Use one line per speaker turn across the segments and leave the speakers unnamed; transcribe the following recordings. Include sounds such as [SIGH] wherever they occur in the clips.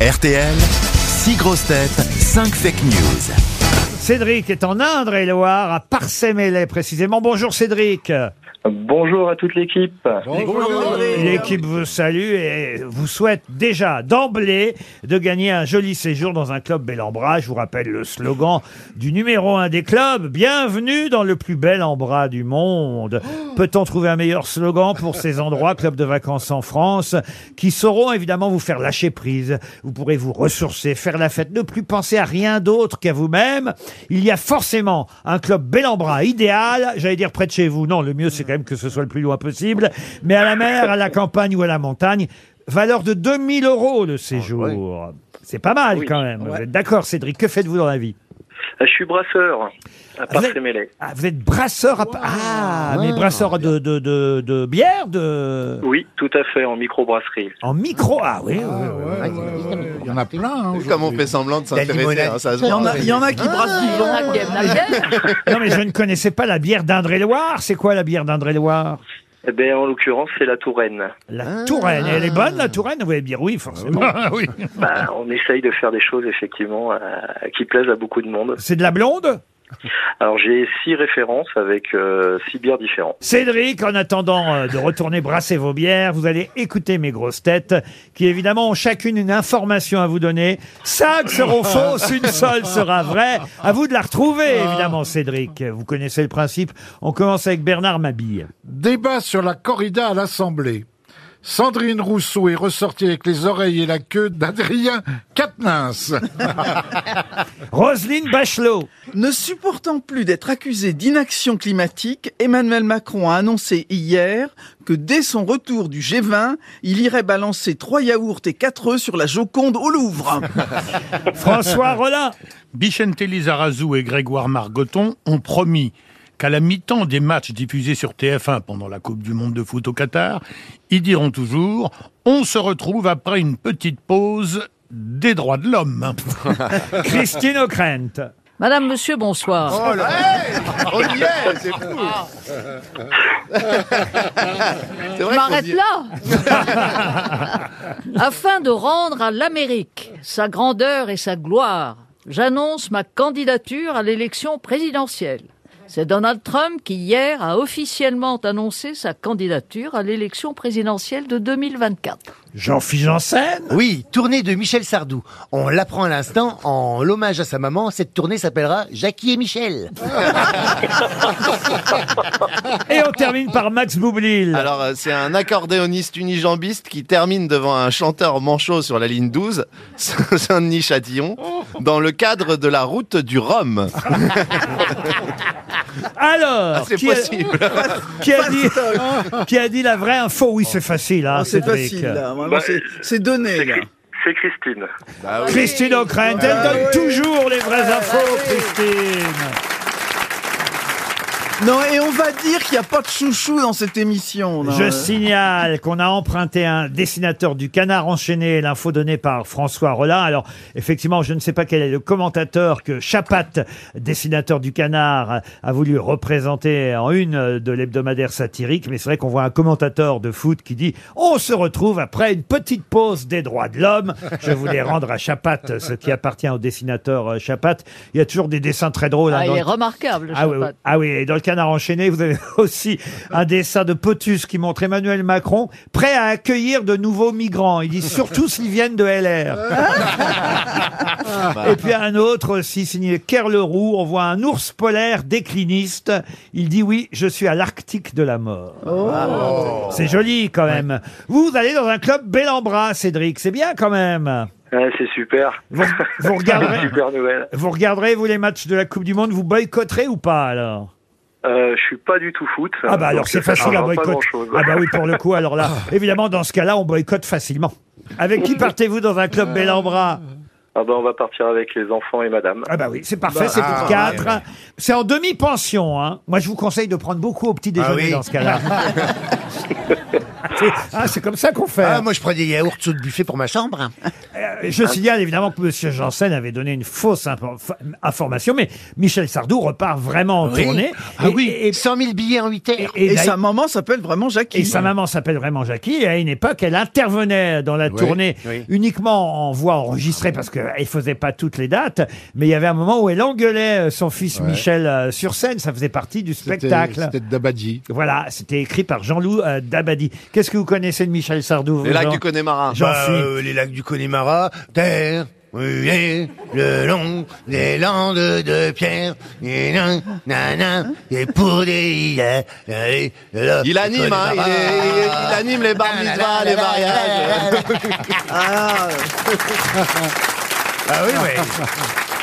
RTL, 6 grosses têtes, 5 fake news.
Cédric est en Indre-et-Loire, à Parçay-Mélé précisément. Bonjour Cédric.
Bonjour à toute l'équipe.
L'équipe vous salue et vous souhaite déjà d'emblée de gagner un joli séjour dans un club bel embras. Je vous rappelle le slogan du numéro un des clubs. Bienvenue dans le plus bel embras du monde. Peut-on trouver un meilleur slogan pour ces endroits, clubs de vacances en France, qui sauront évidemment vous faire lâcher prise. Vous pourrez vous ressourcer, faire la fête, ne plus penser à rien d'autre qu'à vous-même. Il y a forcément un club bel embras idéal, j'allais dire près de chez vous. Non, le mieux c'est quand même que ce soit le plus loin possible, mais à la mer, à la campagne ou à la montagne. Valeur de 2000 euros le séjour. C'est pas mal
Oui.
quand même. Vous êtes d'accord, Cédric Que faites-vous dans la vie
Je suis brasseur à
Vous êtes-
Parfait-Mêlé.
ah, vous êtes brasseur à... Ah, mais brasseur de, de, de, de bière de...
Oui, tout à fait, en microbrasserie.
En micro Ah oui, oui, oui, oui.
Il y en a
Hein,
plein.
Vu Comme on fait semblant de s'intéresser, hein, ça se
Il y en
voit.
a, il y en
Ah,
a qui brassent du vent.
Non, mais je ne connaissais pas la bière d'Indre-et-Loire. C'est quoi la bière d'Indre-et-Loire
Eh ben, en l'occurrence, c'est la Touraine.
La Touraine. Elle est bonne, la Touraine Vous allez me dire oui, forcément.
Bah,
Ah.
on essaye de faire des choses, effectivement, euh, qui plaisent à beaucoup de monde.
C'est de la blonde
Alors, j'ai six références avec euh, six bières différentes.
Cédric, en attendant euh, de retourner brasser vos bières, vous allez écouter mes grosses têtes qui, évidemment, ont chacune une information à vous donner. Cinq seront fausses, une seule sera vraie. À vous de la retrouver, évidemment, Cédric. Vous connaissez le principe. On commence avec Bernard Mabille.
Débat sur la corrida à l'Assemblée. Sandrine Rousseau est ressortie avec les oreilles et la queue d'Adrien Quatennens.
Roselyne Bachelot.
Ne supportant plus d'être accusé d'inaction climatique, Emmanuel Macron a annoncé hier que dès son retour du G20, il irait balancer trois yaourts et quatre œufs sur la Joconde au Louvre.
François Rollin.
Bichente Lizarazu et Grégoire Margoton ont promis qu'à la mi-temps des matchs diffusés sur TF1 pendant la Coupe du Monde de foot au Qatar, ils diront toujours On se retrouve après une petite pause des droits de l'homme.
Christine O'Krent.
Madame, monsieur,
[LAUGHS]
bonsoir.
Oh là hey On y est, c'est
[LAUGHS]
fou [LAUGHS] C'est vrai
Je
qu'on
m'arrête
dit-
là. Afin de rendre à l'Amérique sa grandeur et sa gloire, j'annonce ma candidature à l'élection présidentielle. C'est Donald Trump qui hier a officiellement annoncé sa candidature à l'élection présidentielle de 2024.
Jean-Philippe Janssen.
Oui, tournée de Michel Sardou. On l'apprend à l'instant en l'hommage à sa maman. Cette tournée s'appellera Jackie et Michel.
Et on termine par Max Boublil.
Alors, euh, c'est un accordéoniste unijambiste qui termine devant un chanteur manchot sur la ligne 12, [LAUGHS] Saint-Denis-Châtillon,
Oh.
dans le cadre de la route du Rhum.
Alors,
Ah, c'est
qui, a,
possible.
qui a dit, qui a dit la vraie info Oui, c'est facile, hein,
Ah, c'est
Cédric.
facile, là. Vraiment,
Bah,
c'est- c'est donné,
C'est
là.
Chris- c'est Christine.
Christine O'Krent,
Ah
elle donne toujours les vraies infos, Christine.
Non, et on va dire qu'il n'y a pas de chouchou dans cette émission. là.
Je signale qu'on a emprunté un dessinateur du canard enchaîné, l'info donnée par François Rollin. Alors, effectivement, je ne sais pas quel est le commentateur que Chapat, dessinateur du canard, a voulu représenter en une de l'hebdomadaire satirique, mais c'est vrai qu'on voit un commentateur de foot qui dit « On se retrouve après une petite pause des droits de l'homme ». Je voulais rendre à Chapat ce qui appartient au dessinateur euh, Chapat. Il y a toujours des dessins très drôles. hein,
Ah,
dans
il est
le-
remarquable.
Ah oui, oui.
Chapat.
ah oui, et dans le canard enchaîné, vous avez [LAUGHS] aussi un dessin de Potus qui montre Emmanuel Macron prêt à accueillir de nouveaux migrants. Il dit surtout s'ils viennent de LR. et puis un autre aussi signé Kerleroux, on voit un ours polaire décliniste. Il dit oui, je suis à l'Arctique de la mort. Ah, C'est joli quand même. Vous allez dans un club bel en bras, Cédric, c'est bien quand même.
Ouais, c'est super.
Vous, vous regarderez,
[LAUGHS] Super nouvelle.
vous regarderez, vous, les matchs de la Coupe du Monde, vous boycotterez ou pas alors
Euh, je suis pas du tout foot.
Ah bah alors
Donc,
c'est
ça
facile à
changera pas
boycotter.
grand-chose.
Ah bah oui pour le coup alors là évidemment dans ce cas-là on boycotte facilement. Avec qui partez-vous dans un club bel en bras
Ah bah, on va partir avec les enfants et madame.
Ah bah oui c'est parfait c'est pour quatre. C'est en demi-pension hein. Moi je vous conseille de prendre beaucoup au petit déjeuner
Ah oui.
dans ce cas-là. C'est- ah, c'est comme ça qu'on fait.
Ah, moi, je prends des yaourts sous le buffet pour ma chambre.
Je signale évidemment que Monsieur Janssen avait donné une fausse info- information, mais Michel Sardou repart vraiment en
Oui.
tournée.
Ah
Et-
oui,
et- et-
100 000 billets en 8 heures.
et
Et,
d'ailleurs-
sa maman s'appelle vraiment Jackie.
Et sa maman s'appelle vraiment Jackie. Et à une époque, elle intervenait dans la tournée
oui.
uniquement en voix enregistrée parce qu'elle faisait pas toutes les dates. Mais il y avait un moment où elle engueulait euh, son fils
Ouais.
Michel euh, sur scène. Ça faisait partie du
C'était-
spectacle.
C'était Dabadji.
Voilà, c'était écrit par Jean-Loup euh, Dabadi. Qu'est-ce que vous connaissez de Michel Sardou vous,
Les lacs
Jean-
du Connemara.
Jean
Bah,
Phi
euh, les lacs du Connemara, terre, brûlée, le long des landes de pierre, et nan, nan, nan, et pour des îles, euh, le
Il anime, hein, il,
Connemara.
est- il est- il anime les bar mitzvahs, les mariages. [LAUGHS]
Ah,
Ah oui, oui.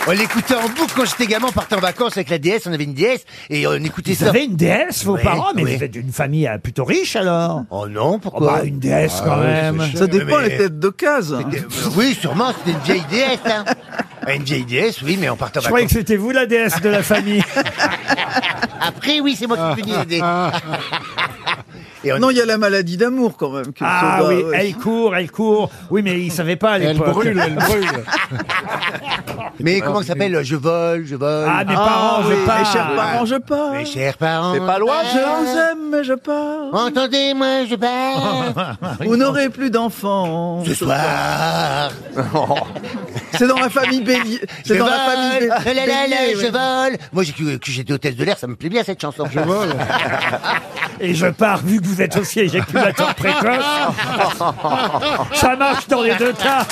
On l'écoutait en boucle quand j'étais gamin, on partait en vacances avec la déesse, on avait une déesse, et on écoutait
Vous
ça.
avez une déesse, vos
Oui,
parents, mais
oui.
vous êtes d'une famille euh, plutôt riche alors.
Oh non,
Oh,
pourquoi
bah, une déesse quand même.
ça dépend
Mais-
les têtes d'occasion.
Euh, Oui, sûrement, c'était une vieille déesse, hein. Une vieille déesse, oui, mais on partait en
Je croyais
vacances.
que c'était vous la déesse de la famille.
Après, oui, c'est moi qui punis
[LAUGHS]
les déesses. Et on
Non, il y a la maladie d'amour quand même. que
Ah
ça doit-
oui,
ouais.
elle court, elle court. Oui, mais il savait pas à
Elle
l'époque.
brûle, elle [LAUGHS] brûle.
Mais comment ça s'appelle Je vole, je vole. Ah,
Ah, mes
Ah,
parents,
oui,
je pars.
Mes chers parents, je pars. Ah,
Mes chers parents.
C'est pas loin,
Je vous aime, mais je pars.
Entendez-moi, je pars.
Ah
Vous n'aurez plus d'enfants.
Ce soir.
C'est dans la famille Bélier.
Je
C'est dans
vole.
la famille Bé-
Ah,
la, la, la,
Bélier,
je
ouais.
vole. Moi, j'ai que que j'étais hôtesse de l'air, ça me plaît bien cette chanson. Je vole.
Et je pars, vu que vous êtes aussi éjaculateur
[LAUGHS]
précoce. Ça marche dans les deux cas.